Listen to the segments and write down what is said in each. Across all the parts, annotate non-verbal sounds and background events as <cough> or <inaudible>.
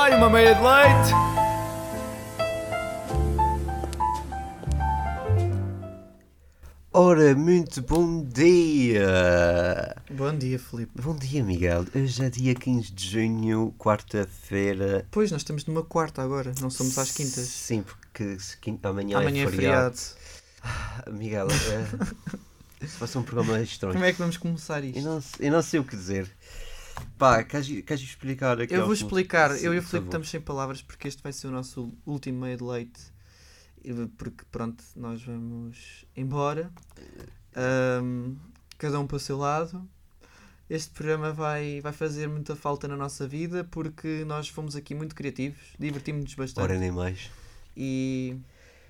Ai, mamãe de leite! Ora, muito bom dia! Bom dia, Filipe. Bom dia, Miguel. Hoje é dia 15 de junho, quarta-feira. Pois, nós estamos numa quarta agora, não somos às quintas. Sim, porque se quin- amanhã, Amanhã é feriado. feriado. Miguel, <laughs> é... se fosse um programa estranho. Como é que vamos começar isto? Eu não, eu não sei o que dizer. Pá, queres, queres explicar aqui Eu vou aos- explicar, Sim, eu e o por Filipe favor. estamos sem palavras porque este vai ser o nosso último meio de leite. E Porque, pronto, nós vamos embora. Ahm, cada um para o seu lado. Este programa vai, vai fazer muita falta na nossa vida porque nós fomos aqui muito criativos, divertimos-nos bastante. Ora, nem mais. E.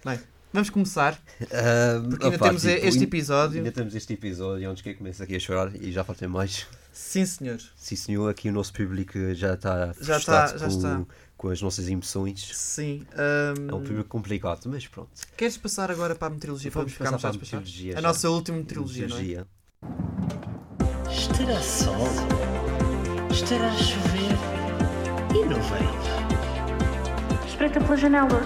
Bem, vamos começar Ah, porque ainda opá, temos tipo, este in- episódio. Ainda temos este episódio onde que começa aqui a chorar e já falta mais. Sim, senhor. Sim, senhor, aqui o nosso público já está Já frustrado está- já com, está. com as nossas emoções. Sim. É um ahm, público complicado, mas pronto. Queres passar agora para a meteorologia? Vamos para passar para a ficarmos já meteorologia, A já. nossa última meteorologia, não é? Estará sol? Estará a chover? E não veio? Espreita pela janela.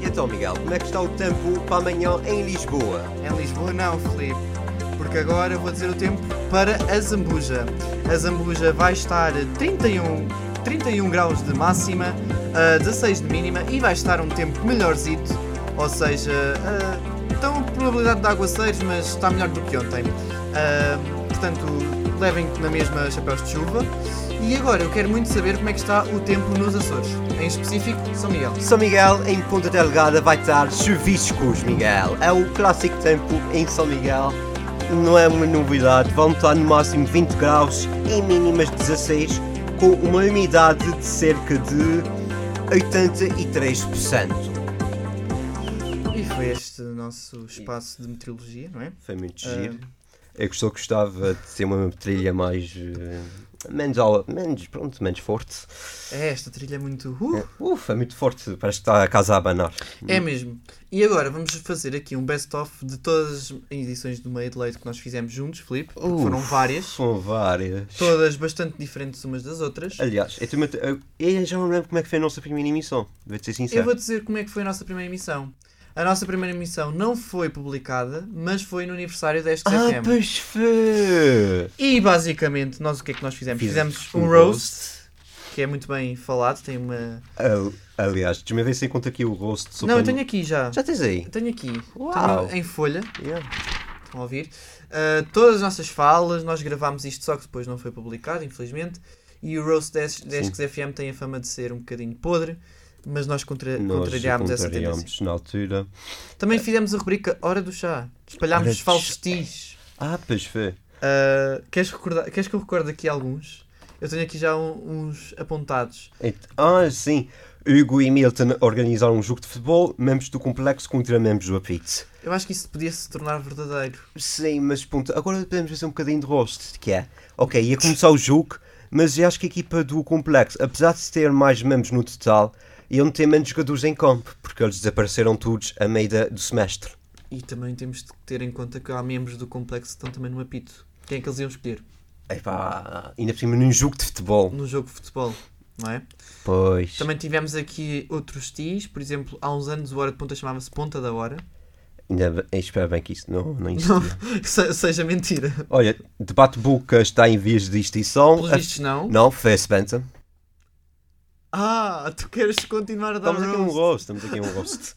E então, Miguel, como é que está o tempo para amanhã em Lisboa? Em Lisboa não, Felipe. Porque agora eu vou dizer o tempo para a Zambuja. A Zambuja vai estar um, a 31, 31 graus de máxima, a 16 de mínima e vai estar um tempo melhorzito. Ou seja, a- estão probabilidade de aguaceiros, mas está melhor do que ontem. Ah, portanto, levem na mesma chapéus de chuva. E agora eu quero muito saber como é que está o tempo nos Açores. Em específico, São Miguel. São Miguel, em Ponta Delgada, vai estar chuviscos, Miguel. É o clássico tempo em São Miguel. Não é uma novidade, vão estar no máximo 20 graus e mínimas 16, com uma umidade de cerca de 83%. E foi este nosso espaço de meteorologia, não é? Foi muito giro. Eu só gostava de ser uma trilha mais. eh, menos, ao- menos, pronto, menos forte. É, esta trilha é muito. Uh, Ufa, é muito forte, parece que está a casa a abanar. é mesmo. E agora vamos fazer aqui um best-of de todas as edições do Meio de Leite que nós fizemos juntos, Filipe. porque Uf, Foram várias, São várias. todas bastante diferentes umas das outras. Aliás, eu, também, eu, eu já não lembro como é que foi a nossa primeira emissão, vou-te ser sincero. Eu vou dizer como é que foi a nossa primeira emissão. A nossa primeira emissão não foi publicada, mas foi no aniversário deste Ah, FM. pois foi! E basicamente, nós o que é que nós fizemos? Fizemos Fizemos, um um roast, que é muito bem falado, tem uma. Al- Aliás, deixa-me ver se encontro aqui o rosto. só Não, para- eu tenho aqui já. Já tens aí? Tenho aqui. Uau. Tenho em folha. Yeah. estão a ouvir. Uh, todas as nossas falas, nós gravámos isto só que depois não foi publicado, infelizmente. E o Roast Des- Desks FM tem a fama de ser um bocadinho podre, mas nós, contra Nós contrariámos essa tendência. contrariámos na altura. Também fizemos a rubrica Hora do Chá. Espalhámos Hora do falsos Chá. tis. Ah, pois foi. Uh, queres, recordar, queres que eu recorde aqui alguns? Eu tenho aqui já um- uns apontados. Ent- Ah, sim. Hugo e Milton organizaram um jogo de futebol, membros do complexo contra membros do apito. Eu acho que isso podia se tornar verdadeiro. Sim, mas ponto. Agora podemos fazer um bocadinho de rosto, que é. Ok, ia começar o jogo, mas eu acho que a equipa do complexo, apesar de ter mais membros no total, iam ter menos jogadores em campo, porque eles desapareceram todos a meio da- do semestre. E também temos de ter em conta que há membros do complexo que estão também no apito. Quem é que eles iam escolher? Epá, ainda por cima num jogo de futebol. No jogo de futebol, não é? Pois. Também tivemos aqui outros tis, por exemplo, há uns anos o Hora de Ponta chamava-se Ponta da Hora. <laughs> Ainda bem, espero bem que isso não, não existe. Se- seja mentira. Olha, debate Boca está em vias de extinção. Pelos A- vistos, não. É. Não, foi a Spencer. Ah, tu queres continuar a dar Estamos aqui um roast. rosto, estamos <laughs> aqui um rosto.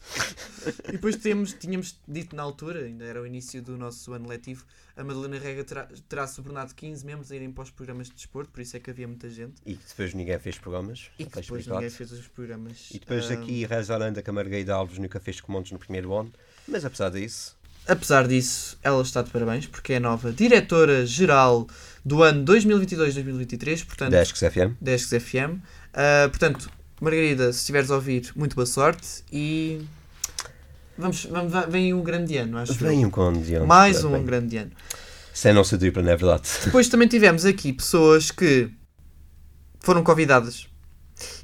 E depois temos, tínhamos dito na altura, ainda era o início do nosso ano letivo, a Madalena Rega terá, terá subornado 15 membros a irem para os programas de desporto, por isso é que havia muita gente. e que depois ninguém fez programas. E não que foi depois explicado. ninguém fez os programas. E depois Ah, aqui Reza Aranda Camargueira Alves nunca fez comandos no primeiro ano. Mas apesar disso, Apesar disso, ela está de parabéns, porque é a nova diretora-geral do ano 2022-2023, portanto... Desks FM. Desks FM. Ah, portanto, Margarida, se estiveres a ouvir, muito boa sorte e vamos, vamos va- vem um grande ano, acho eu. Vem um condiante. Mais um grande ano. Sem nossa dupla, não é verdade? Depois também tivemos aqui pessoas que foram convidadas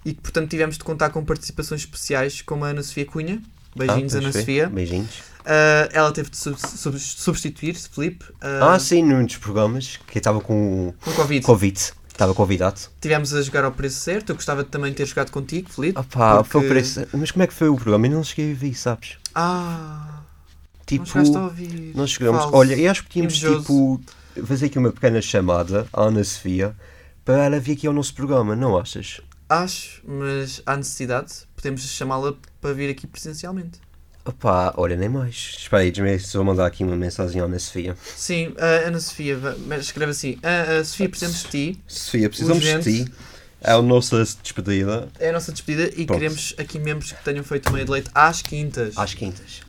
e que, portanto, tivemos de contar com participações especiais, como a Ana Sofia Cunha. Beijinhos, Ah, Ana pois foi. Sofia. Beijinhos. Ah, ela teve de sub- sub- substituir-se, Felipe, Ah, Ah, sim, num dos programas que estava Ah, com o com Covid. Covid. Estava convidado. Tivemos a jogar ao preço certo. Eu gostava de também ter jogado contigo, Felipe. Opá, foi o porque- preço. Mas como é que foi o programa? Eu não cheguei a ver, sabes? Ah, Tipo, não chegaste a ouvir. nós chegamos. Falso. Olha, eu acho que tínhamos Invejoso. tipo. fazer aqui uma pequena chamada à Ana Sofia para ela vir aqui ao nosso programa, não achas? Acho, mas há necessidade. Podemos chamá-la para vir aqui presencialmente. Opá, olha, nem mais. Espera aí, desmei- vou mandar aqui uma mensagem à Ana Sofia. Sim, a Ana Sofia, va- mas escreve assim: a, a Sofia, precisamos de ti. Sofia, precisamos de Urgente. ti. É a nossa despedida. É a nossa despedida e Pronto. queremos aqui membros que tenham feito meio de leite às quintas. Às quintas.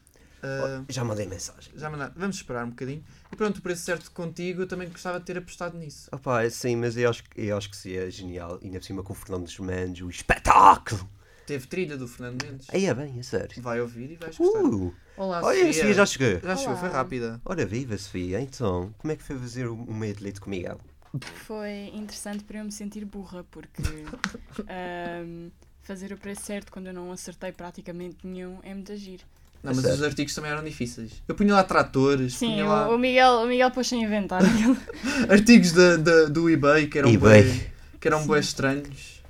Ah, Já mandei mensagem. já mandar. Vamos esperar um bocadinho. E pronto, o preço certo contigo, eu também gostava de ter apostado nisso. Opá, sim, mas eu acho, que- eu acho que seria genial. E ainda por cima com o Fernando dos Mendes, o espetáculo! Teve trilha do Fernando Mendes. Aí é bem, é sério. Vai ouvir e vais gostar. Uh, Olá, olha, a Sofia já chegou. Já chegou, foi rápida. Ora viva, Sofia, então, como é que foi fazer o o meio de leite comigo? Miguel? Foi interessante para eu me sentir burra, porque <laughs> ahm, fazer o preço certo quando eu não acertei praticamente nenhum é muito agir. Não, mas Certo. os artigos também eram difíceis. Eu punha lá tratores, Sim, punha lá o, o Miguel, o Miguel pôs sem inventar. Ele- artigos da- da- do eBay que eram eBay. bué- que eram bué estranhos.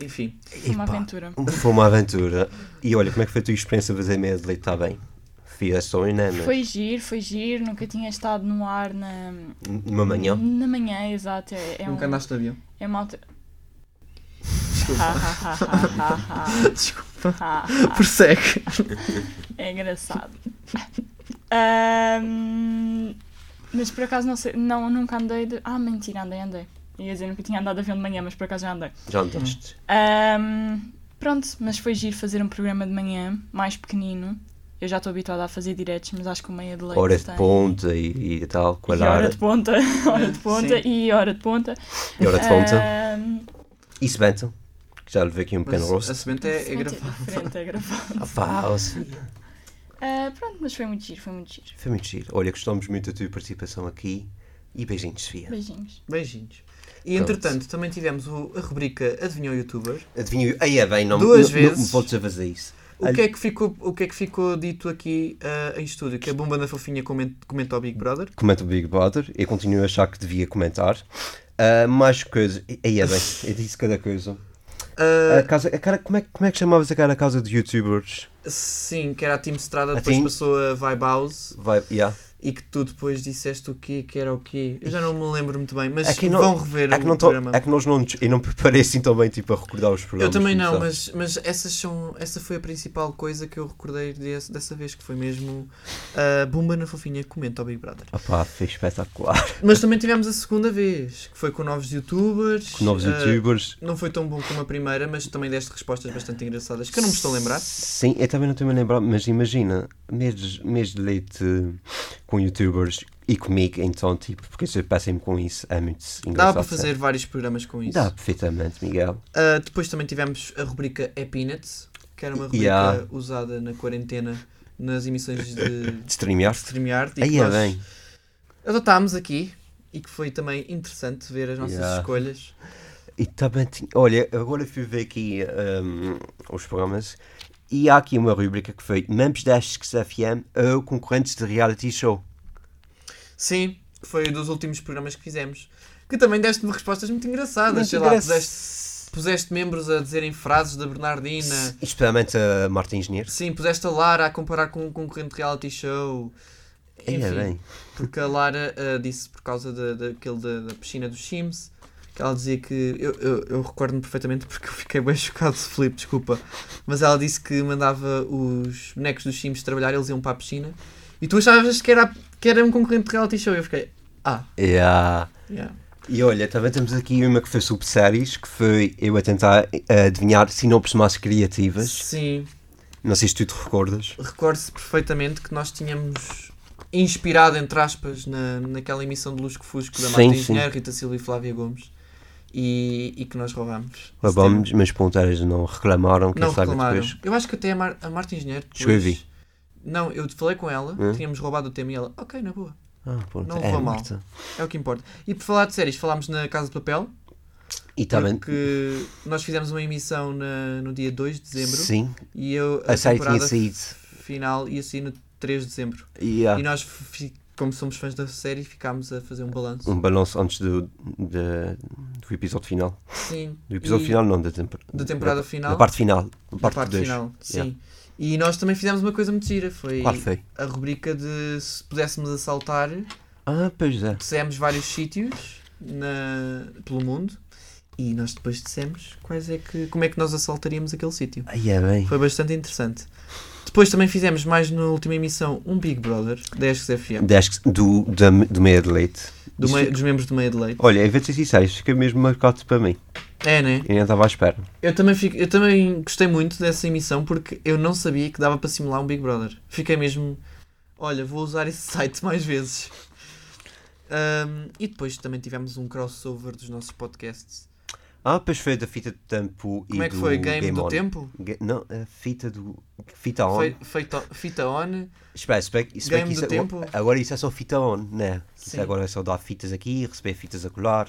Enfim, Foi uma aventura. Foi uma aventura. E olha, como é que foi a tua experiência a fazer meio de leite? Está bem? Fia, só um em Nana. Foi giro, foi giro, nunca tinha estado no ar na, Numa manhã. na manhã, exato. É, é, um, nunca andaste de avião. é uma alter... Desculpa. <laughs> Desculpa. Ah, <laughs> Persegue. é engraçado. <laughs> Ahm, mas por acaso não sei, não, nunca andei de... Ah, mentira, andei, andei. Ia dizer, nunca tinha andado de avião de manhã, mas por acaso já andei. Já andaste. Hum. Ahm, pronto, mas foi giro fazer um programa de manhã, mais pequenino. Eu já estou habituada a fazer diretos, mas acho que o meia de leite Hora de tem- ponta e, e tal, com a E hora Lara. de ponta, <laughs> hora de ponta e hora de ponta. E hora de Eh, ponta. Ahm, E Sebenton, que já levei aqui um pequeno Mas rosto. a semente é, é pronto, gravada. diferente, é <laughs> gravado. Opá, ó, Sofia. Ah, pronto, mas foi muito giro, foi muito giro. Foi muito giro. Olha, gostamos muito da tua participação aqui. E beijinhos, Sofia. Beijinhos. Beijinhos. E entretanto, também tivemos o- a rubrica Adivinhou Youtuber. Adivinho, aí é bem, não, Duas não, vezes. não me voltes a fazer isso. O que, é que ficou, o que é que ficou dito aqui ah, em estúdio? Que a bomba da fofinha coment- comenta ao Big Brother. comenta o Big Brother, eu continuo a achar que devia comentar. Ah, mais coisas, aí é bem, eu disse cada coisa. Ah, A casa, a cara, como, é, que- como é que chamavas aquela casa de youtubers? sim, que era a Team Strada, A depois Team- passou a Vibe House. Vai, yeah. e que tu depois disseste o quê, que era o quê. Eu já não me lembro muito bem, mas É que não- vão rever É que, o não tô- programa. é que nós não nos- eu não preparei assim tão bem tipo, a recordar os Eu programas. também como não, são. mas, mas essas são, essa foi a principal coisa que eu recordei desse- dessa vez, que foi mesmo a Bumba na Fofinha comenta ao Big Brother. Opá, foi <laughs> espetacular. Mas também tivemos a segunda vez, que foi com novos youtubers. Com novos ah, youtubers. Não foi tão bom como a primeira, mas também deste respostas bastante engraçadas, que eu não me estou a lembrar. Sim, eu também não estou a lembrar, mas imagina, mês, mês de leite com youtubers e comigo, então, tipo, porque se eu passei-me com isso, é muito engraçado. Dava para sabe? fazer vários programas com isso. Dá perfeitamente, Miguel. Uh, depois também tivemos a rubrica É Peanuts, que era uma rubrica Yeah. usada na quarentena nas emissões de De streamear. StreamYard e que Aí é nós bem. adotámos aqui e que foi também interessante ver as nossas Yeah. escolhas. E também tinha. Olha, agora fui ver aqui hum, os programas e há aqui uma rubrica que foi Membros da XFM ou concorrentes de reality show. Sim, foi dos últimos programas que fizemos. Que também deste-me respostas muito engraçadas. Mas sei Ah, lá, interessa- puseste, puseste membros a dizerem frases da Bernardina. Especialmente a Marta Engenheiro. Sim, puseste a Lara a comparar com um concorrente de reality show. Aí Enfim, é bem. Porque a Lara ah, disse por causa da, daquele da, da piscina dos Sims que ela dizia que. Eu, eu, eu recordo-me perfeitamente porque eu fiquei bem <laughs> chocado, Felipe, desculpa. Mas ela disse que mandava os bonecos dos Sims trabalhar, eles iam para a piscina e tu achavas que era, que era um concorrente de reality show. E eu fiquei. Ah, Yeah. yeah. E olha, também temos aqui uma que foi sobre séries, que foi eu a tentar eh, adivinhar sinopses mais criativas. Sim, Não sei se tu te recordas. recordo-se perfeitamente que nós tínhamos inspirado, entre aspas, na, naquela emissão de Lusco Fusco da Sim, Marta sim. Engenheiro, Rita Silva e Flávia Gomes e, e que nós roubámos. Esse tema. Roubamos, mas pronto, elas não reclamaram, quem Não sabe reclamaram. depois. Eu acho que até a, Mar a Marta Engenheiro. depois- Chegou a vir. Não, eu falei com ela, Hum? tínhamos roubado o tema e ela, ok, na boa, Ah, pronto, Não é, levou mal. Marta. é o que importa. E por falar de séries, falámos na Casa de Tá Papel, é E também. porque nós fizemos uma emissão na- no dia 2 de dezembro Sim, e eu, a série tinha temporada saído. Ah. final ia sair no 3 de dezembro. Yeah. E nós fi- como somos fãs da série, ficámos a fazer um balanço. Um balanço antes do, da- do episódio final. Sim. Do episódio e final, não, da, tempo- Da temporada da, final. parte final. Da da parte, parte dois. final. Sim. Yeah. E nós também fizemos uma coisa muito gira. Foi Qual foi? a rubrica de se pudéssemos assaltar. Ah, pois é. Dissemos vários sítios na- pelo mundo. E nós depois dissemos quais é que, como é que nós assaltaríamos aquele sítio. Aí é bem. Foi bastante interessante. Depois também fizemos mais na última emissão um Big Brother da XFM, Acho que do, da, do meia de leite. do Isso meio- fica- dos membros do meio de leite. Olha, em vez de ser sincero, isto fica mesmo marcado para mim. É, né? Eu nem estava à espera. Eu também, fico- eu também gostei muito dessa emissão porque eu não sabia que dava para simular um Big Brother. Fiquei mesmo, olha, vou usar esse site mais vezes. Ahm, e depois também tivemos um crossover dos nossos podcasts. Ah, pois foi da fita do tempo e Como é que do foi? Game, do On. Tempo? Ga- não, a fita do. Fita on. Foi, feito, fita On. Espera, espera, que- espera Game que do isso, é- tempo. agora isso é só fita on, né? Sim. Isso agora é só dar fitas aqui, receber fitas a colar.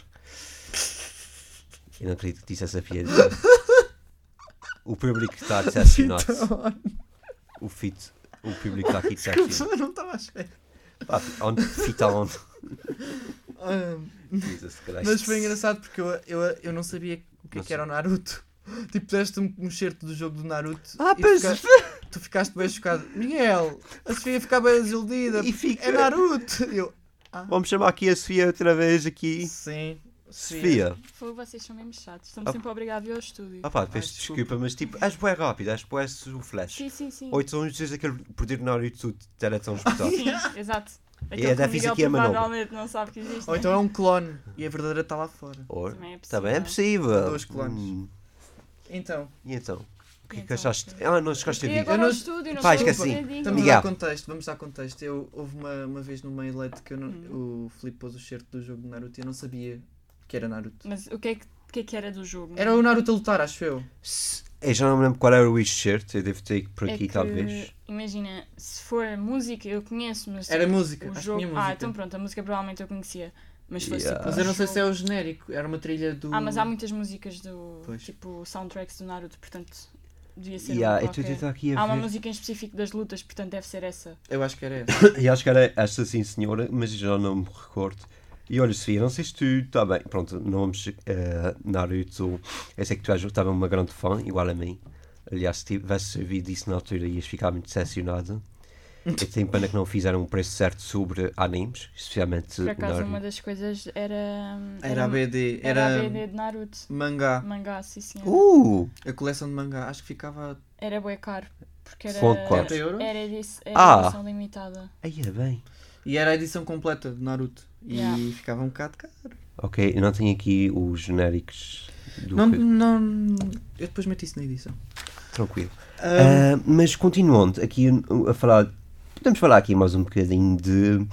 Eu não acredito que disse essa piada. o público <laughs> está decepcionado. O fit. O público está aqui decepcionado. Eu não estava a esperar. Ah, on, fita on. Ahm, Jesus Christ. Mas foi engraçado porque eu, eu, eu não sabia o que, é que era o Naruto. <laughs> Tipo, deste um, um certo do jogo do Naruto. Ah, e pois- ficaste- Tu ficaste bem chocado. Miguel, a Sofia fica bem desiludida. E fica- É Naruto! <laughs> Eu. Vamos chamar aqui a Sofia outra vez aqui. Sim. Sofia. Foi, vocês são mesmo chatos. Estão-me sempre a obrigar a vir ao estúdio. Ah pá, peço Ai, desculpa, mas tipo, és bué rápida, és bué o flash. Sim, sim, sim. Ou então usas aquele poder de Naruto de <laughs> teletransportar. Sim, exato. Aquele é da que o Miguel física e a manobra. provavelmente não sabe que existe. né? Ou então é um clone e a verdadeira está lá fora. Ou, Também é possível. também é possível. Dois clones. Hum, Então, E então? O que é que então, achaste? Ah, não chegaste a E vir. agora não- ao estúdio, não Pá, estou esqueci. surpreendida. estamos Miguel. a dar contexto, vamos dar contexto. Eu, houve uma, uma vez no meio leite que eu não- o Filipe pôs o certo do jogo do Naruto e eu não sabia que era Naruto. Mas o que, é que, o que é que era do jogo? Era o Naruto a lutar, acho eu. Se- Eu já não me lembro qual era o shirt, eu devo ter ido por É aqui que, talvez. Imagina, se for música, eu conheço, mas. Era o música, acho jogo. que tinha música. Ah, então pronto, a música provavelmente eu conhecia. Mas se fosse Yeah. tipo. Mas um eu não sei jogo- se é o genérico, era uma trilha do. Ah, mas há muitas músicas do. Pois. Tipo, soundtracks do Naruto, portanto. Devia ser. E há- uma eu estou a qualquer. tentar aqui é. Há é a uma ver. música em específico das lutas, portanto deve ser essa. Eu acho que era essa. <coughs> E acho que era esta sim senhora, mas já não me recordo. E olha, Sofia, não sei se tu está bem. Pronto, não vamos. eh, Naruto, eu sei que tu és também uma grande fã, igual a mim. Aliás, se tivesse ouvido isso na altura, ias ficar muito decepcionado. Eu tenho pena que não fizeram um preço certo sobre animes, especialmente Por acaso, uma Naruto. das coisas era. Era a BD, Era, era, a BD de Naruto. mangá, Mangá, sim senhor. Uh! a coleção de mangá, acho que ficava. Era bué caro. Porque era. Fonte quatro. 40 euros? Era, edição, era Ah. edição limitada. Aí é bem. E era a edição completa de Naruto. E Yeah. ficava um bocado caro. Ok, eu não tenho aqui os genéricos do Não, que- não. Eu depois meto isso na edição. tranquilo. Ah, Ah, mas continuando aqui a falar, podemos falar aqui mais um bocadinho de,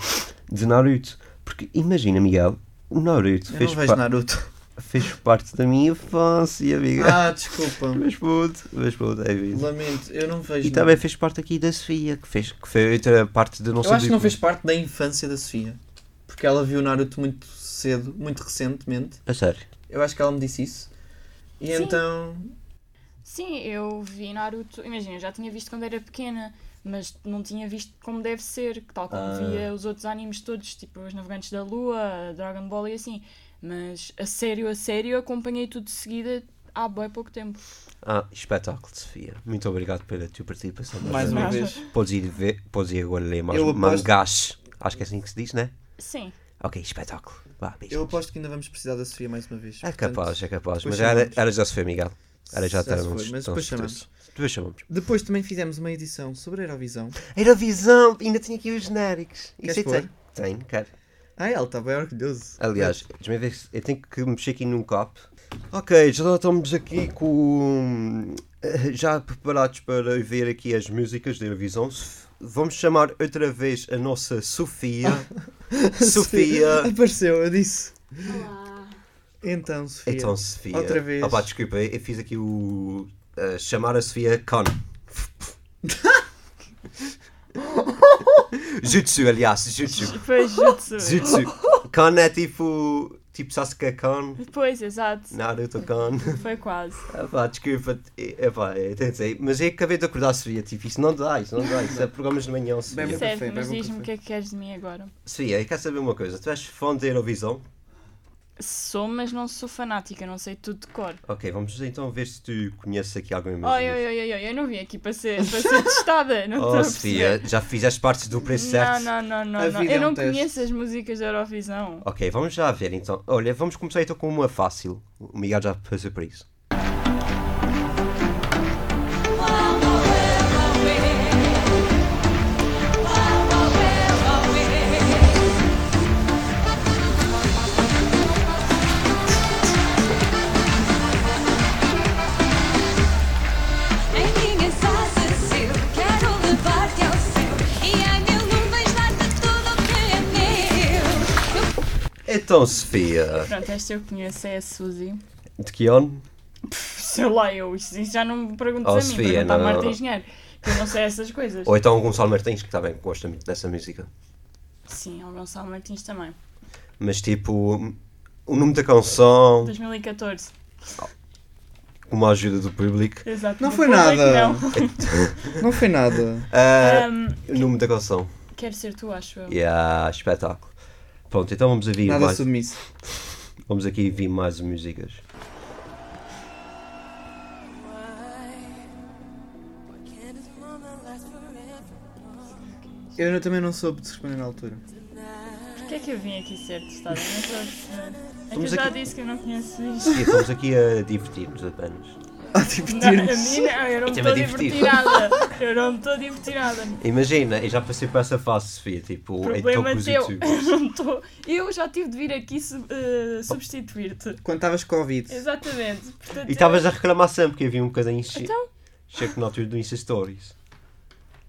de Naruto, porque imagina Miguel, o Naruto eu fez, não vejo pa- <laughs> Naruto. fez parte da minha infância, Miguel. Ah, desculpa. Mas puto, mas puto, é vida. Lamento, eu não vejo. E Naruto. tá também fez parte aqui da Sofia, que fez que foi outra parte da nossa Eu acho que não vida. fez parte da infância da Sofia. Porque ela viu Naruto muito cedo, muito recentemente. A sério. Eu acho que ela me disse isso. E Sim. então. Sim, eu vi Naruto. Imagina, eu já tinha visto quando era pequena, mas não tinha visto como deve ser, que tal como Ah. via os outros animes todos, tipo Os Navegantes da Lua, Dragon Ball e assim. Mas a sério, a sério, eu acompanhei tudo de seguida há bem pouco tempo. Ah, espetáculo, Sofia. Muito obrigado pela tua participação. Mais uma nada. vez. Podes ir ver, podes ir agora ler mais Eu aposto- mangás. Acho que é assim que se diz, né? Sim, Ok, é espetáculo. Vá, beijo. Eu aposto que ainda vamos precisar da Sofia mais uma vez. É portanto, capaz, é capaz. depois Mas era, chamamos. era já se foi, Miguel. Era já Já se estávamos. foi, mas estávamos depois estressos. Depois chamamos. Depois também fizemos uma edição sobre a Eurovisão. Eurovisão, ainda tinha aqui os genéricos. Queres Isso aí pôr? tem. Tem, cara. Ah, ele está bem orgulhoso. <laughs> Aliás, deixa-me ver se- eu tenho que mexer aqui num copo. Ok, já estamos aqui com. eh, Já preparados para ouvir aqui as músicas da Eurovisão. Vamos chamar outra vez a <laughs> nossa Sofia. Sofia. Apareceu, eu disse. Então, Sofia. Então, Sofia. Outra vez. Opa, desculpa, eu fiz aqui o. eh, chamar a Sofia <laughs> Con. Jutsu, aliás, Jutsu. <laughs> foi Jutsu. Jutsu. Con é tipo. Tipo Sasuke Con, Depois, exato. Naruto <laughs> Con. Foi quase. Ah pá, desculpa, é pá, eu tentei, mas eu acabei de acordar Sofia, tipo, isso não dá, isso não dá, isso é programas de manhã, Sofia. Bebe um Certo, café, mas bebe um diz-me o que café. é que queres de mim agora. Sofia, eu quero saber uma coisa, tu és fã da Eurovisão? Sou, mas não sou fanática, não sei tudo de cor. Ok, vamos então ver se tu conheces aqui alguma música. Oi, oi, oi, oi, oi, eu não vim aqui para ser, para ser testada, não estou Oh a perceber. Sofia, já fizeste parte do preço Não, certo? não, não, A não, não. vida é eu um não teste. conheço as músicas da Eurovisão. Ok, vamos já ver então. Olha, vamos começar então com uma fácil. O Miguel já passou por isso. Em minha salsa seu, quero levar-te ao céu. E em meu mundo vais dar-te tudo o que é meu. Então Sofia, Pronto, esta eu conheço, é a Suzy. <laughs> de que ano? Sei lá, eu, isso isso já não me perguntes Oh, a mim, Sofia, pergunta à não, não, Marta não. Engenheiro, que eu não sei essas coisas. Ou então o Gonçalo Martins, que também gosta muito dessa música. Sim, ao Gonçalo Martins também. Mas tipo, o nome da canção, 2014, com a ajuda do público. exato. Não do foi público, nada. não. <laughs> Não foi nada. Ah, Ahm, O nome da canção. quero ser tu, acho eu. Yeah, espetáculo. Pronto, então vamos ouvir Nada mais. submisso. Vamos aqui ouvir mais músicas. Eu não- também não soube te responder na altura. <laughs> Porquê é que eu vim aqui ser testada? Não estou a perceber. É que eu Estamos já aqui- disse que eu não conheço isto. E vamos aqui a divertir-nos apenas. Ah, Não, a mim divertir-nos. não, eu não Isto é me estou a bem divertir divertido. nada. <laughs> Eu não me estou a divertir nada. Imagina, eu já passei por essa fase, Sofia, tipo, Problema é tão teu. positivo. <laughs> Eu não estou. Eu já tive de vir aqui su- Oh. eh, substituir-te. Quando estavas Covid. Exatamente. Portanto, E estavas a reclamar sempre que havia um bocadinho eu- cheio Então, cheio na altura do Insta Stories.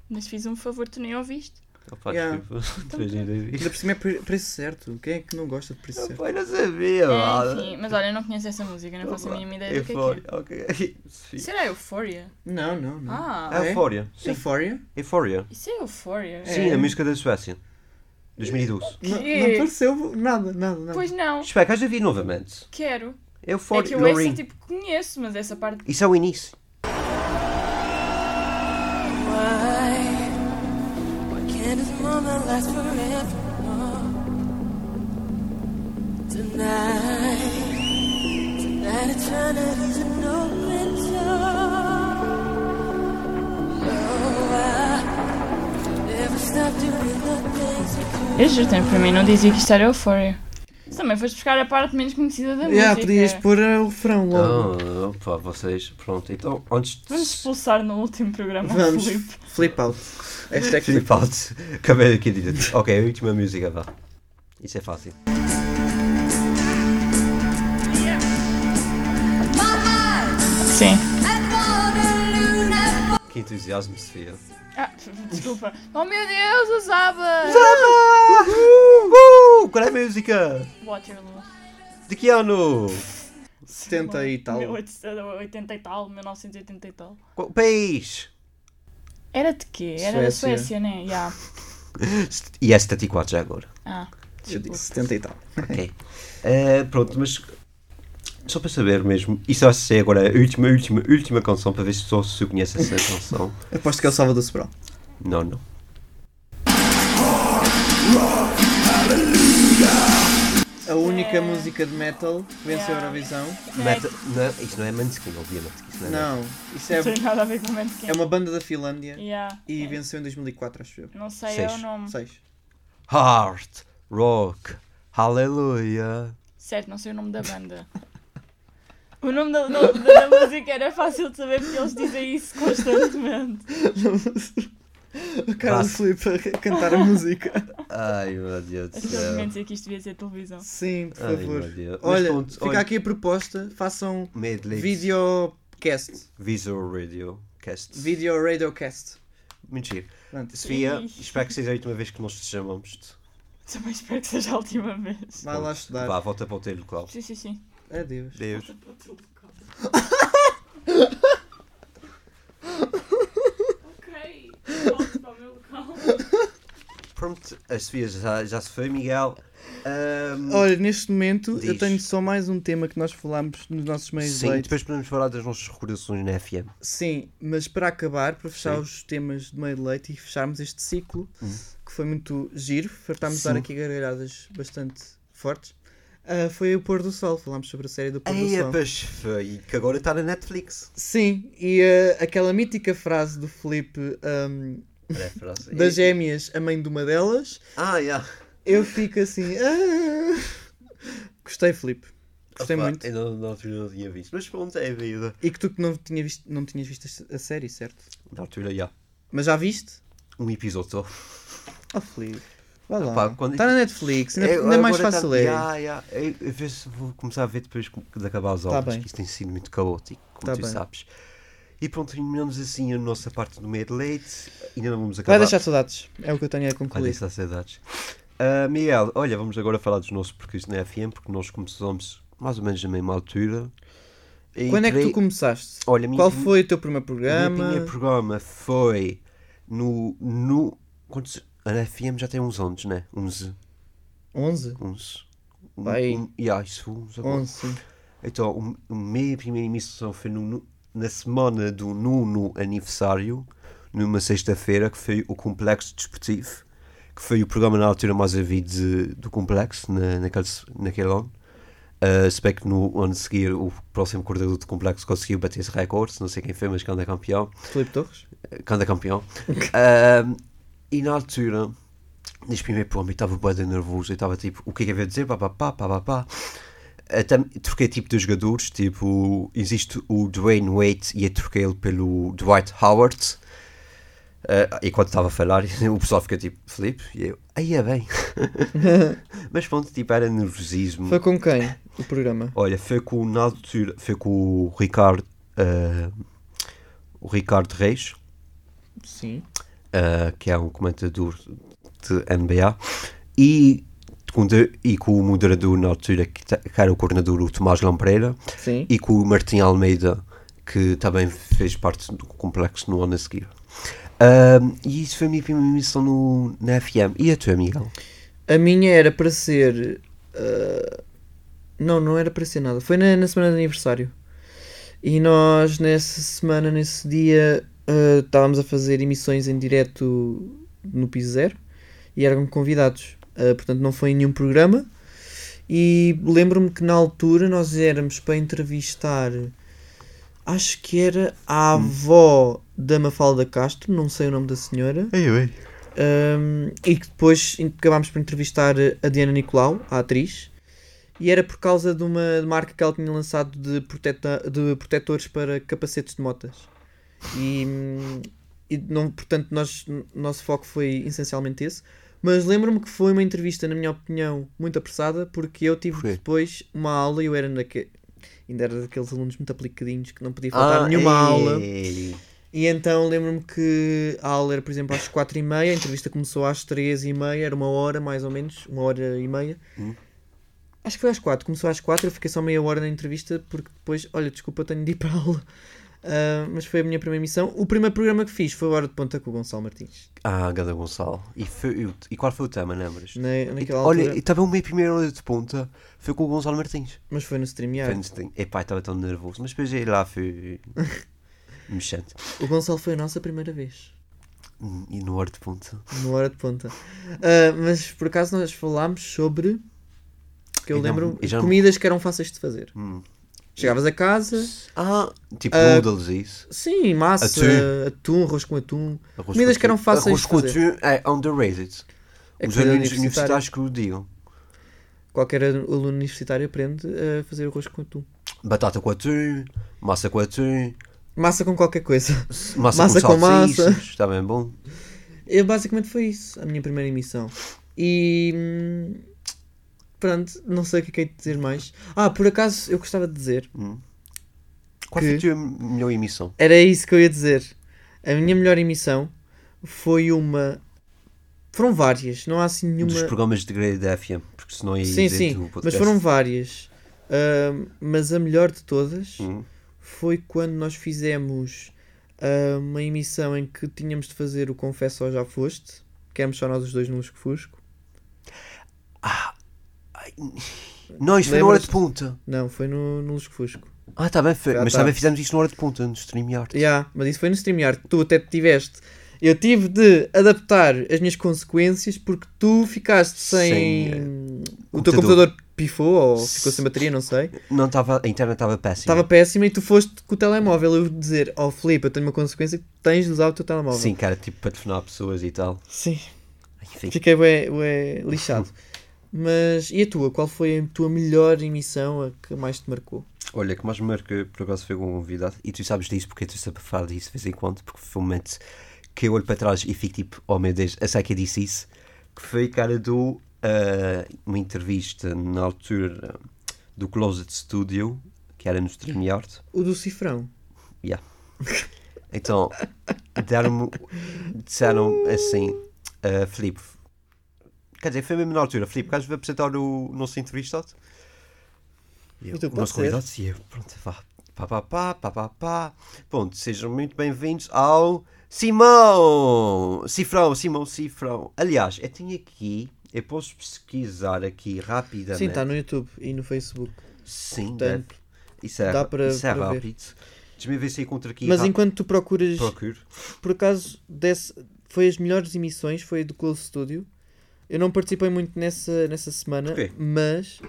mas fiz um favor, tu nem ouviste. Opa, Yeah. <laughs> desculpa. Três em dois dias. Ainda por cima é pre- preço certo. Quem é que não gosta de preço certo? Opa, eu não sabia, Ah. mano. Enfim, mas olha, eu não conheço essa música, É, não faço a Opa, mínima ideia do que é Euphoria, que ok. <laughs> é. Sofia. Será Euphoria? Não, não, não. Ah, Ah, é? Euphoria, sim. Euphoria? Euphoria. isso é Euphoria. Sim, a música da Suécia. 2012. Não, Que? não pareceu nada, nada, nada. Pois não, Espera, queres ouvir novamente? quero. É que Euphoria, eu essa Lorraine. tipo conheço, mas essa parte. Isso é o início. Eu juro, para mim não dizia que isto era Euphoria. Tu também foste buscar a parte menos conhecida da Yeah, música. podias pôr eh, o refrão logo. Ah, opa, vocês. Pronto, então antes de. Vamos expulsar no último programa, Vamos, Filipe. flip out. Hashtag flip Filipe Alves, <laughs> acabei aqui de dizer. Ok, a última música, vá. Isso é fácil. Sim. Que entusiasmo, Sofia. Ah, <laughs> desculpa. Oh meu Deus, o Zaba! Uhul! Qual é a música? Waterloo. De que ano? 70 e tal. 80 eh, e tal, 1980 e tal. Qual país? Era de quê? Era da Suécia. Suécia, né? Yeah. E é 74 já <laughs> agora. Ah, Eu digo desculpa. 70 e tal. Ok. Eh, pronto, mas. Só para saber mesmo, isso vai ser agora a última, última, última canção para ver se só se eu conheço <laughs> essa canção. Aposto que é o Salvador Sobral. Não, não. A única música de metal que venceu a Yeah. Eurovisão. Meta, não isso não é Manskin, obviamente. que Isso não é Não, isso Não é, tem nada a ver com o momento que é uma banda da Finlândia Yeah. e venceu em 2004, acho eu. Não sei Seis. é o nome. 6. Heart, rock, hallelujah. Certo, não sei o nome da banda. <laughs> O nome da, da- da- da música era fácil de saber porque eles dizem isso constantemente. O Carlos Braço. Filipe a cantar a música. Ai meu Deus do Acho que eles céu. deviam dizer que isto devia ser televisão. Sim, por Ai, favor. meu Deus. Mas Olha, pronto, fica olha. aqui a proposta. Façam Medley, videocast. Visual Radio, Cast. Video radiocast. Mentira. Pronto. Sofia, Ixi. espero que seja a última vez que nós te chamamos. Também espero que seja a última vez. Vai lá estudar. Vá, volta para o teu local. Sim, sim, sim. Adeus. Deus. Ok, volto para o meu local. Pronto, a Sofia já, já se foi, Miguel. Ahm, Olha, neste momento eu Diz. tenho só mais um tema que nós falámos nos nossos meios de sim, leite. depois podemos falar das nossas recordações na FM. Sim, mas para acabar, para fechar Sim. Hum. os temas de meio de leite e fecharmos este ciclo, que foi muito giro, fartámos de dar Sim. aqui gargalhadas bastante fortes, ah, foi o pôr do sol. Falámos sobre a série do pôr do Ei, sol. pois foi, que agora está na Netflix. Sim, e ah, aquela mítica frase do Felipe ahm, Olha a frase. das gêmeas, a mãe de uma delas, Ah, yeah. eu fico assim. "Ah." Gostei, Felipe. Gostei Opa, é- muito. Eu não, não, não tinha visto, mas pronto, é a vida. E que tu que não, tinha visto, não tinhas visto a série, certo? Na altura, já. Mas já viste? Um episódio só. Oh, Felipe. Vai lá. Epá, quando- Está na Netflix, ainda, É, ainda é mais agora tá- fácil é. Ya, ya. Eu, eu vejo se vou começar a ver depois de acabar as aulas, Tá bem. que isto tem sido muito caótico, como Tá tu bem. sabes. E pronto, terminamos assim a nossa parte do meio de leite. Ainda não vamos acabar. Vai deixar saudades, é o que eu tenho a Vai concluir. deixar saudades. Ah, Miguel, olha, vamos agora falar dos nossos porquês na FM, porque nós começamos mais ou menos na mesma altura. E Quando é que creio- tu começaste? Olha, a minha- Qual foi o teu primeiro O meu programa? primeiro programa foi no. no quantos, a FM já tem uns anos, né? Uns. 11? Uns. Vai. Um, um, yeah, isso, uns agora. 11, sim. Então, o m- o minha primeira emissão foi no nu- na semana do nono aniversário, numa sexta-feira, que foi o Complexo Desportivo, que foi o programa na altura mais ouvido de- do Complexo, na, naquele, se- naquele ano. Uh, se bem que no ano a seguir o próximo coordenador do Complexo conseguiu bater esse recorde, não sei quem foi, mas que anda campeão Felipe Torres? quando é campeão. <laughs> Ahm, e na altura, neste primeiro programa, eu estava bem nervoso. Eu estava tipo, o que é que eu vou dizer? Pá, pá, pá, pá, pá, pá. Até me- troquei tipo de jogadores. Tipo, existe o Dwayne Wade e eu troquei-lo pelo Dwight Howard. Ah, e quando estava a falar, <laughs> o pessoal fica tipo, Felipe, e eu, aí é bem. <laughs> Mas pronto, tipo, era nervosismo. Foi com quem o programa? Olha, foi com o Naldo Tira- foi com o Ricardo, ah, o Ricardo Reis, Sim. uh, que é um comentador de NBA, e com, de- e com o moderador na altura, que, ta- que era o coordenador, o Tomás Lampreira, Sim. e com o Martim Almeida, que também fez parte do complexo no ano a seguir. Ahm, e isso foi a minha primeira emissão no, na FM. E a tua, Miguel? A minha era para ser. ah, Não, não era para ser nada. Foi na, na semana de aniversário. E nós, nessa semana, nesse dia, ah, estávamos a fazer emissões em direto no Piso Zero e eram convidados. Ah, portanto, não foi em nenhum programa. E lembro-me que na altura nós éramos para entrevistar. Acho que era a avó da Mafalda Castro, não sei o nome da senhora. Ei, ei. Um, e que depois in- acabámos por entrevistar a Diana Nicolau, a atriz, e era por causa de uma marca que ela tinha lançado de, proteta- de protetores para capacetes de motas. E, hum, e não, portanto, nós, n- nosso foco foi essencialmente esse. Mas lembro-me que foi uma entrevista, na minha opinião, muito apressada, porque eu tive Porquê? depois uma aula e eu era naque... ainda era daqueles alunos muito aplicadinhos que não podia faltar Ah, nenhuma aula. E então lembro-me que a aula era, por exemplo, às 4 e meia, a entrevista começou às 3 e meia, era uma hora mais ou menos, uma hora e meia. Acho que foi às 4, começou às 4, eu fiquei só meia hora na entrevista porque depois, olha, desculpa, tenho de ir para a aula. Ah, mas foi a minha primeira missão. O primeiro programa que fiz foi o Hora de Ponta com o Gonçalo Martins. Ah, Gada Gonçalo. E, foi- e o- e qual foi o tema, lembras? Na, naquela Olha, altura, e também o meu primeiro olho de ponta foi com o Gonçalo Martins. mas foi no StreamYard. Frankenstein. Epá, estava tão nervoso, mas depois aí <laughs> lá fui mexendo. O Gonçalo foi a nossa primeira vez. E no ar de ponta. No Hora de Ponta. Ah, mas por acaso nós falámos sobre. Que eu Eu não- lembro. eu já não- comidas que eram fáceis de fazer. Hum. Chegavas a casa. Ah, tipo Ah, noodles e isso. Sim, massa, Atum. atum, arroz com atum. Arroz comidas com que eram atum. fáceis Arroz de com fazer. atum é underrated. É Os comida alunos universitária. universitários que o digam. Qualquer aluno universitário aprende a fazer arroz com atum. Batata com atum, massa com atum, Massa com qualquer coisa. <laughs> massa, Massa com com massa. salsichas, está bem bom. Eu, basicamente foi isso, a minha primeira emissão. E. hum, Pronto, não sei o que é que é de dizer mais. Ah, por acaso eu gostava de dizer. Qual foi a tua melhor emissão? Era isso que eu ia dizer. A minha melhor emissão foi uma. Foram várias, não há assim nenhuma. Um Dos programas de grade da FM, porque senão ia Sim, dizer do sim, mas podcast. foram várias. Ahm, mas a melhor de todas Hum. foi quando nós fizemos ah, uma emissão em que tínhamos de fazer o Confesso ou Já Foste, que éramos só nós os dois no Lusco Fusco. Nós foi na hora Lembras-te? de punta. Não, foi no, no Lusco Fusco. Ah, tá bem, foi. Já mas tá. também fizemos isto na hora de punta, no StreamYard. Ya, mas isso foi no StreamYard. Tu até te tiveste. Eu tive de adaptar as minhas consequências porque tu ficaste sem. o teu computador. computador pifou ou ficou sem bateria, não sei. Não estava. A internet estava péssima. Estava péssima e tu foste com o telemóvel. Eu dizer, oh Filipe, eu tenho uma consequência que tens de usar o teu telemóvel. Sim, cara, tipo para telefonar pessoas e tal. Sim. Enfim. Fiquei bué, bué lixado. Mas e a tua? Qual foi a tua melhor emissão, a que mais te marcou? Olha, que mais me marca por acaso foi com um convidado. E tu sabes disso porque tu sabes falar disso de vez em quando, porque foi um momento que eu olho para trás e fico tipo, oh meu Deus, a que eu disse isso. Que foi, cara, do ah, uma entrevista na altura do Closet Studio, que era no StreamYard. O do Cifrão. Yeah. Então, deram-me, disseram assim, ah, Filipe, quer dizer, foi mesmo na altura, Filipe, queres apresentar o nosso entrevistado? E eu, E tu, o nosso pode ser. convidado, e eu, pronto, vá, pá, pá, pá, pá, pá, pá. Pronto, sejam muito bem-vindos ao Simão, Cifrão, Simão Cifrão. Aliás, eu tenho aqui, eu posso pesquisar aqui rapidamente. Sim, está no YouTube e no Facebook. Sim, Portanto, deve- isso é, dá para- isso é para ver. rápido. Deixa-me ver se encontro aqui. Mas rap- enquanto tu procuras, Procuro. por acaso, desse, foi as melhores emissões, foi a do Close Studio. Eu não participei muito nessa, nessa semana, Porquê? mas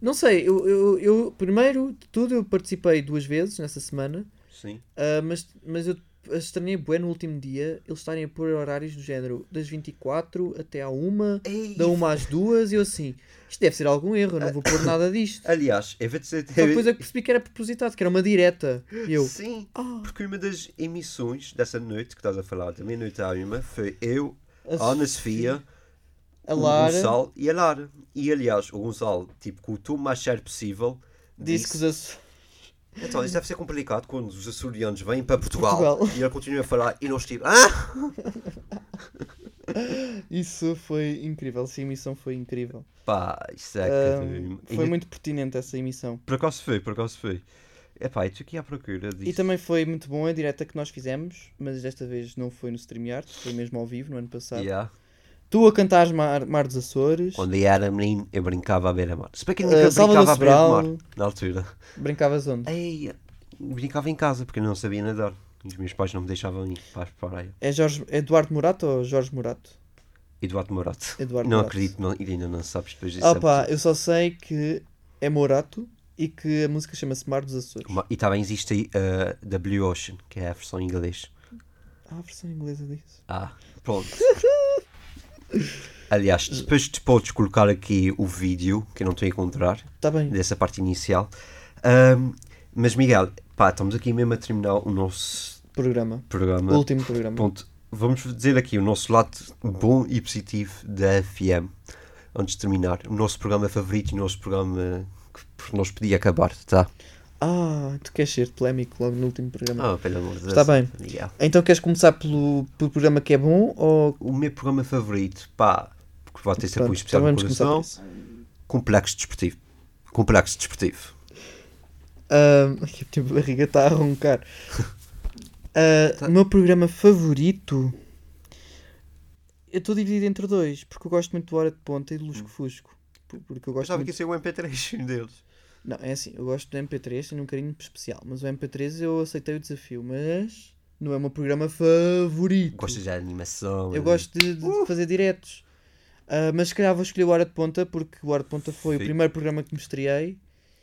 não sei, eu, eu, eu- primeiro de tudo eu participei duas vezes nessa semana, Sim. ah, mas, mas eu estranhei bué no último dia eles estarem a pôr horários do género das 24 até à 1, da 1 às 2 e eu assim, isto deve ser algum erro, eu não vou pôr nada disto. Aliás, eu vou dizer. Só que depois é que percebi que era propositado, que era uma direta. E eu, Sim, Ah. porque uma das emissões dessa noite que estás a falar, da meia-noite à uma, foi eu, A a Ana Sofia, a o Lara. Gonçalo e a Lara. E aliás, o Gonçalo, tipo, com o tom mais sério possível, Disse que os Açores. Então, isso deve ser complicado quando os açorianos vêm para Portugal, Portugal. e ele continua a falar e nós tipo, ah! Isso foi incrível, essa emissão foi incrível. Pá, isso é Ahm, que. foi muito pertinente essa emissão. Por acaso foi, por acaso foi. Epá, eu estou aqui à procura disso. E também foi muito bom a direta que nós fizemos, mas desta vez não foi no StreamYard, foi mesmo ao vivo no ano passado. Yeah. Tu a cantares Mar, Mar dos Açores, Quando eu era menino, eu brincava à beira-mar. Se bem que eu Ah, nunca Salvador brincava à beira-mar, Sobral. na altura. brincavas onde? Ei, brincava em casa porque eu não sabia nadar. Os meus pais não me deixavam ir para para a praia. É Jorge, Eduardo Morato ou Jorge Morato? Eduardo Morato. Eduardo não Morato. acredito, não, e ainda não sabes depois disso. é Ah pá, eu só sei que é Morato e que a música chama-se Mar dos Açores. Uma- E também existe aí a da Blue Ocean, que é a versão em inglês. Há Ah, a versão inglesa disso. Ah, <laughs> pronto. Aliás, depois tu podes colocar aqui o vídeo que eu não estou a encontrar. Tá bem. dessa parte inicial. Ahm, mas Miguel, pá, estamos aqui mesmo a terminar o nosso Programa. programa. Último programa. Ponto. Vamos dizer aqui o nosso lado bom e positivo da FM. Antes de terminar, o nosso programa favorito, o nosso programa que por nós podia acabar, tá? Ah, tu queres ser polémico logo no último programa. Ah, pelo amor de Deus. Está bem. Miguel. Então queres começar pelo, pelo programa que é bom ou. O meu programa favorito, pá, porque vai ter sempre um Pronto, especial então no vamos começar por coração, isso. complexo desportivo. Complexo desportivo. Ahm, <laughs> ai, a minha barriga está a <laughs> roncar. Ah, Tá. O meu programa favorito. Eu estou dividido entre dois, porque eu gosto muito do Hora de Ponta e do Lusco Fusco. Por- Porque eu gosto Gostava muito... Hum. que ia ser o MP3 um deles. Não, é assim, eu gosto do MP3, tenho um carinho especial, mas o MP3 eu aceitei o desafio, mas não é o meu programa favorito. Gostas de animação? Eu gosto de, de fazer diretos. Ah, mas se calhar vou escolher o Hora de Ponta, porque o Hora de Ponta foi Sim. o primeiro programa que me estreiei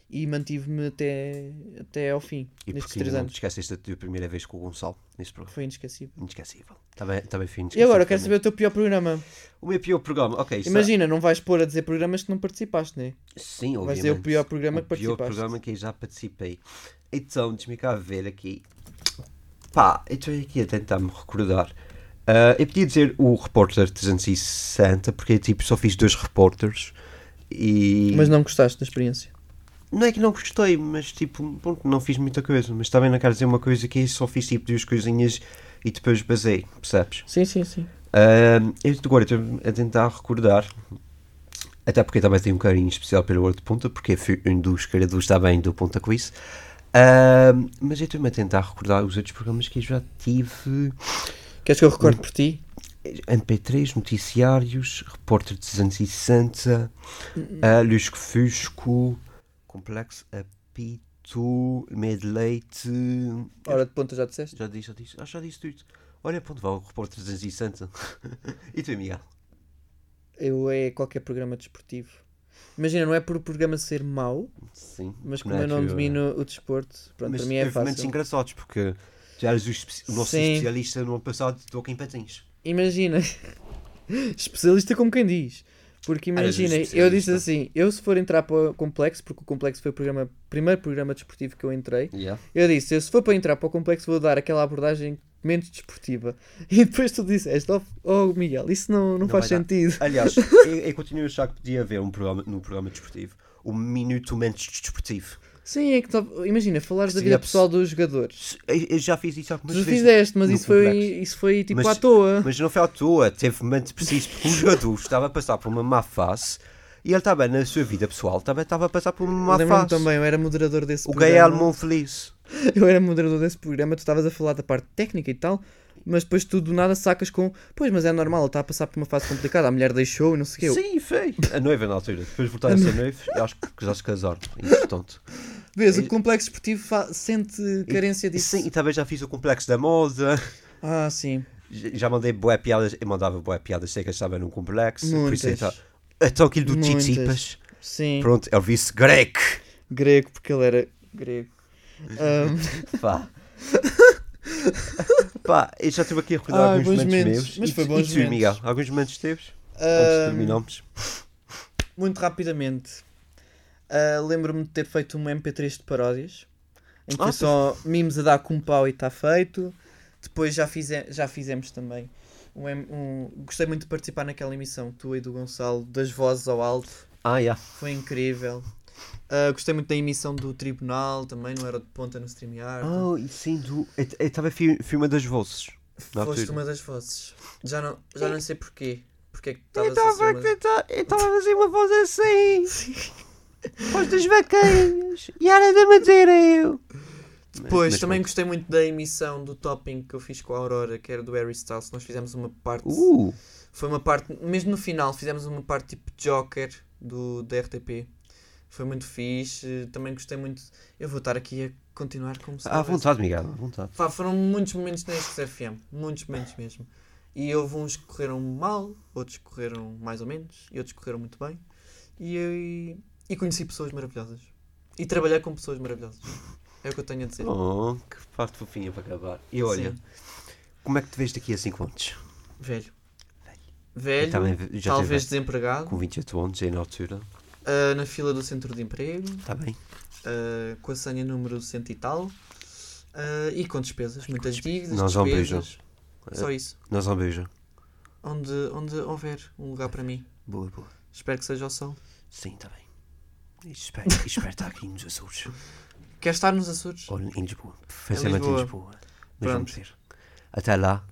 e mantive-me até, até ao fim, E nestes porque três ainda não anos. te esqueceste da tua primeira vez com o Gonçalo neste programa? Foi inesquecível. Inesquecível. Tá Também, também E foi inesquecível. agora, quero para saber mim. o teu pior programa. O meu pior programa, ok. isto é- Imagina, não vais pôr a dizer programas que não participaste, né? Sim, obviamente. vais dizer o pior programa que O pior participaste. programa que eu já participei. Então, deixa-me cá ver aqui. Pá, eu estou aqui a tentar-me recordar. Ah, eu podia dizer o Repórter 360, porque eu tipo, só fiz dois repórteres. E... Mas não gostaste da experiência. Não é que não gostei, mas tipo, pronto, não fiz muita coisa. Mas também não quero dizer uma coisa que eu só fiz tipo duas coisinhas e depois basei, percebes? Sim, sim, sim. Ahm, eu agora estou a tentar recordar, até porque também tenho um carinho especial pelo Ouro de Ponta, porque fui um dos criadores também do Ponta Quiz. Ahm, mas eu estou-me a tentar recordar os outros programas que eu já tive. Queres que eu recorde por ti? MP3, noticiários, repórter de 360, uh, Lusco Fusco, Complexo, Apito, Meio de Leite. Hum. Hora de ponta já disseste? Já disse, já disse, ah, já disse tudo. Olha, pronto, vá o repórter de 360. <laughs> e tu, Miguel? Eu é qualquer programa desportivo. Imagina, não é por o programa ser mau, Sim. é mas como eu não domino o desporto, pronto, Mas para mim é teve momentos fácil. engraçados, porque já eras o, espe- o nosso Sim. especialista no ano passado de toque em patins. Imagina, <laughs> especialista como quem diz. Porque Ah, és um imagina, eu disse especialista. assim: eu se for entrar para o Complexo, porque o Complexo foi o programa, primeiro programa desportivo que eu entrei, Yeah. eu disse: eu se for para entrar para o Complexo, vou dar aquela abordagem menos desportiva. <laughs> E depois tu disseste: oh, oh Miguel, isso não, não, faz vai dar. sentido. <laughs> Aliás, eu, eu continuo a achar que podia haver um programa, no programa desportivo o Minuto Menos Desportivo. Sim, é que tá- imagina, falares da Que seria vida pessoal dos jogadores. Eu, eu já fiz isso algumas Tu vezes. fizeste, mas no isso foi, complexo. isso foi tipo Mas- à toa. Mas não foi à toa, teve momentos precisos, porque o jogador estava a passar por uma má fase e ele estava na sua vida pessoal, também estava a passar por uma má Lembro-me fase. também, eu era moderador desse O Gael programa. Monfeliz. <laughs> Eu era moderador desse programa, tu estavas a falar da parte técnica e tal, mas depois tu do nada sacas com pois, mas é normal, ela está a passar por uma fase complicada, a mulher deixou e não sei o que. Sim, foi. A noiva na altura, depois de voltar a ser noivo, eu acho que já se casaram. Entretanto. Vês, o complexo esportivo fa- sente carência disso. Sim, e também já fiz o complexo da moda. Ah, sim. Já já mandei boé piadas, eu mandava boé piadas secas, estava num complexo. Por isso Muitas. então, então aquilo do Muitas. Tsitsipas. Sim. Pronto, é o vice grego. Grego, porque ele era grego. <laughs> Ahm, <laughs> Pá. Pá, eu já estive aqui a recordar Ai, alguns bons momentos momentos, meus. mas e, foi tu- bons e tu, momentos. Miguel, alguns momentos teus? Antes de ahm, terminarmos. muito rapidamente, ah, lembro-me de ter feito um MP3 de paródias, em que Ah, foi só mimos a dar com um pau e está feito. Depois já, fize- já fizemos também. Um, M- um- gostei muito de participar naquela emissão, tu e do Gonçalo, das vozes ao alto, Ah, já. foi incrível. Ah, gostei muito da emissão do Tribunal também, não era de ponta no StreamYard. Oh, e sim, do. Eu eu estava a fi- filma das vozes. na Foste altura. uma das vozes. Já não, já não sei porquê. Porque é que Eu estavas a ser estava a uma- cantar, eu estava a fazer uma voz assim. Voz dos vaqueiros. E era da madeira eu. Pois, Mas também pronto. gostei muito da emissão do topping que eu fiz com a Aurora, que era do Harry Styles. Nós fizemos uma parte. Uh, Foi uma parte, mesmo no final, fizemos uma parte tipo Joker do, da RTP. Foi muito fixe. Também gostei muito. Eu vou estar aqui a continuar como se. Uh, à não houvesse- vontade, Miguel, à vontade. Pá, foram muitos momentos na XFM. Muitos momentos mesmo. E houve uns que correram mal, outros que correram mais ou menos, e outros que correram muito bem. E, e, e conheci pessoas maravilhosas. E trabalhei com pessoas maravilhosas. É o que eu tenho a dizer. Oh, que parte fofinha para acabar. E olha, Sim. como é que te vês daqui a 5 anos? Velho. Eu Velho. também ve- já talvez tive desempregado. com 28 anos, aí na altura. ah, na fila do centro de emprego. Está bem. ah, com a senha número cento e tal. ah, e com despesas. Muitas dívidas. Nós vamos ver, despesas. Só isso. Nós um beijo. Onde, onde houver um lugar para mim. Boa, boa. Espero que seja o sol. Sim, está bem. Espero, <laughs> espero estar aqui nos Açores. Quer estar nos Açores? Ou em Lisboa. Preferencialmente em Lisboa. Lisboa. Mas Pronto. vamos ver. Até lá.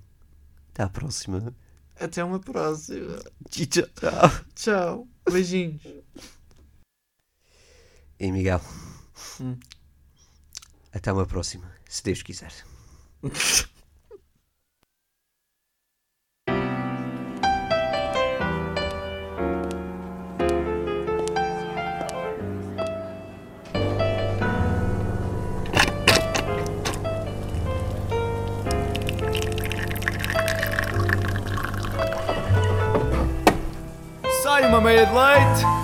Até à próxima. Até uma próxima. Tchau, tchau. Tchau. Beijinhos. E Miguel. Hum. Até uma próxima, se Deus quiser. Sai uma meia de leite,